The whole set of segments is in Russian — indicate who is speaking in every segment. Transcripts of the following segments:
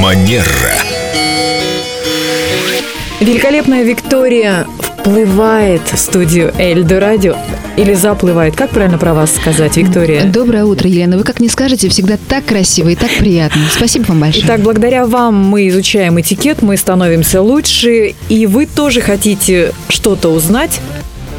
Speaker 1: Венера.
Speaker 2: Великолепная Виктория вплывает в студию Эльдо Радио. Или заплывает. Как правильно про вас сказать, Виктория?
Speaker 3: Доброе утро, Елена. Вы как не скажете, всегда так красиво и так приятно. Спасибо вам большое.
Speaker 2: Итак, благодаря вам мы изучаем этикет, мы становимся лучше, и вы тоже хотите что-то узнать,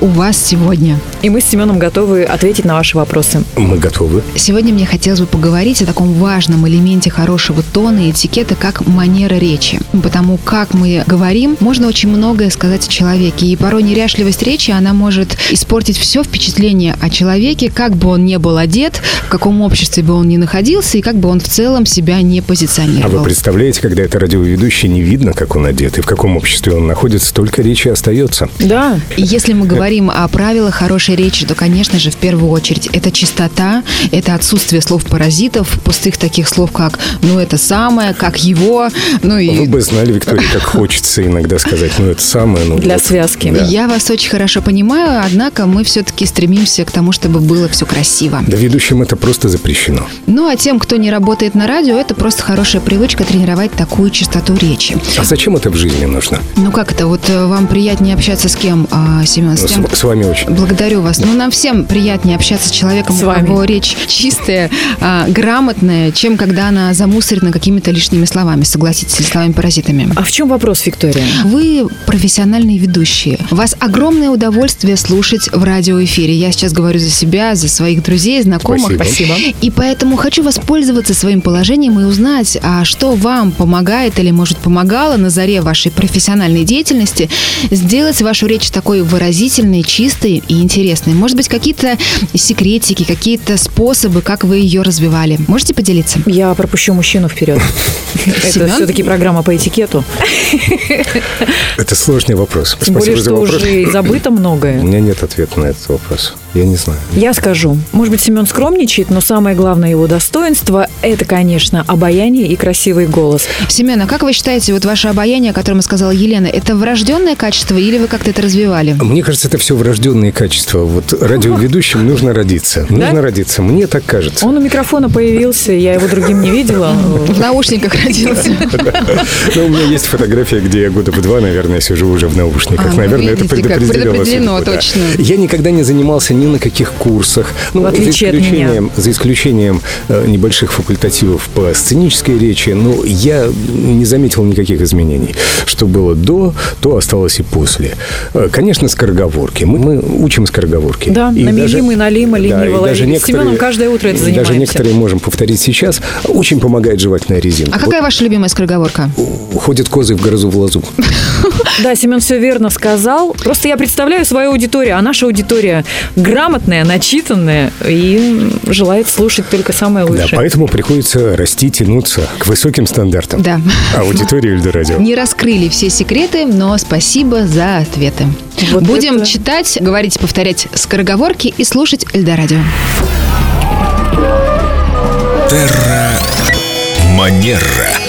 Speaker 3: У вас сегодня.
Speaker 2: и мы с Семеном готовы ответить на ваши вопросы.
Speaker 4: Мы готовы.
Speaker 3: Сегодня мне хотелось бы поговорить о таком важном элементе хорошего тона и этикета, как манера речи. Потому как мы говорим, можно очень многое сказать о человеке. И порой неряшливость речи, она может испортить все впечатление о человеке, как бы он ни был одет, в каком обществе бы он ни находился, и как бы он в целом себя не
Speaker 4: А вы
Speaker 3: позиционировал.
Speaker 4: представляете, когда это радиоведущий, не видно, как он одет и в каком обществе он находится, только речи остается.
Speaker 2: Да,
Speaker 3: И Если мы говорим о правилах хорошей речи, то, конечно же, в первую очередь это чистота, это отсутствие слов-паразитов, пустых таких слов, как «ну это самое», «как его», ну
Speaker 4: Вы
Speaker 3: и...
Speaker 4: бы знали, Виктория, как хочется иногда сказать, ну это самое, ну
Speaker 2: для
Speaker 4: вот.
Speaker 2: связки.
Speaker 4: Да.
Speaker 3: Я вас очень хорошо понимаю, однако мы все-таки стремимся к тому, чтобы было все красиво.
Speaker 4: Да ведущим это просто запрещено.
Speaker 3: Ну а тем, кто не работает на радио, это просто хорошая привычка тренировать такую чистоту речи.
Speaker 4: А зачем это в жизни нужно?
Speaker 3: Ну как это, вот э, вам приятнее общаться с кем, а, Семен?
Speaker 4: Ну,
Speaker 3: С
Speaker 4: С,
Speaker 3: тем,
Speaker 4: с вами очень.
Speaker 3: Благодарю вас. Ну, нам всем приятнее общаться с человеком,
Speaker 2: С
Speaker 3: у
Speaker 2: вами.
Speaker 3: кого речь чистая, а, грамотная, чем когда она замусорена какими-то лишними словами, согласитесь, или словами-паразитами.
Speaker 2: А в чем вопрос, Виктория?
Speaker 3: Вы профессиональные ведущие. Вас огромное удовольствие слушать в радиоэфире. Я сейчас говорю за себя, за своих друзей, знакомых.
Speaker 4: Спасибо.
Speaker 2: Спасибо.
Speaker 3: И поэтому хочу воспользоваться своим положением и узнать, а что вам помогает или, может, помогало на заре вашей профессиональной деятельности сделать вашу речь такой выразительной, чистой и интересной. Может быть, какие-то секретики, какие-то способы, как вы ее развивали. Можете поделиться?
Speaker 2: Я пропущу мужчину вперед. Это
Speaker 3: Семен?
Speaker 2: все-таки программа по этикету.
Speaker 4: Это сложный вопрос.
Speaker 2: Тем
Speaker 4: Спасибо
Speaker 2: более,
Speaker 4: за
Speaker 2: что
Speaker 4: вопрос.
Speaker 2: уже и забыто многое.
Speaker 4: У меня нет ответа на этот вопрос. Я не знаю.
Speaker 2: Я скажу. Может быть, Семен скромничает, но самое главное его достоинство – это, конечно, обаяние и красивый голос.
Speaker 3: Семен, а как вы считаете, вот ваше обаяние, о котором сказала Елена, это врожденное качество или вы как-то это развивали?
Speaker 4: Мне кажется, это все врожденные качества. Вот радиоведущим нужно родиться. Нужно родиться. Мне так кажется.
Speaker 2: Он у микрофона появился, я его другим не видела.
Speaker 3: В наушниках родился.
Speaker 4: Но Ну, у меня есть фотография, где я года в два, наверное, сижу уже в
Speaker 3: А,
Speaker 4: наушниках.
Speaker 3: ну,
Speaker 4: наверное, это
Speaker 3: видите, как
Speaker 4: предопределено.
Speaker 3: предопределено,
Speaker 4: судьбу, да.
Speaker 3: точно.
Speaker 4: Я никогда не занимался ни на каких курсах. Ну,
Speaker 2: В отличие
Speaker 4: за
Speaker 2: от меня.
Speaker 4: исключением, за исключением э, небольших факультативов по сценической речи, но я не заметил никаких изменений. Что было до, то осталось и после. Э, Конечно, скороговорки. Мы, мы учим скороговорки.
Speaker 2: Да,
Speaker 4: И
Speaker 2: на
Speaker 4: даже-
Speaker 2: мелим и на лим, и ленивый
Speaker 4: и даже
Speaker 2: ловит. С
Speaker 4: некоторые-
Speaker 2: Семеном каждое утро это занимаемся.
Speaker 4: Даже некоторые можем повторить сейчас. Очень помогает жевательная резинка.
Speaker 3: А какая ваша любимая скороговорка?
Speaker 4: Вот ходят козы в грозу в лазу.
Speaker 2: Да, Семен все верно сказал. Просто я представляю свою аудиторию, а наша аудитория грамотная, начитанная и желает слушать только самое
Speaker 4: Да,
Speaker 2: лучшее.
Speaker 4: поэтому приходится расти, тянуться к высоким стандартам.
Speaker 3: Да.
Speaker 4: Аудитория Эльдорадио.
Speaker 3: Не раскрыли все секреты, но спасибо за ответы.
Speaker 2: Вот
Speaker 3: Будем
Speaker 2: это-
Speaker 3: читать, говорить, повторять скороговорки и слушать Эльдорадио.
Speaker 1: Манера.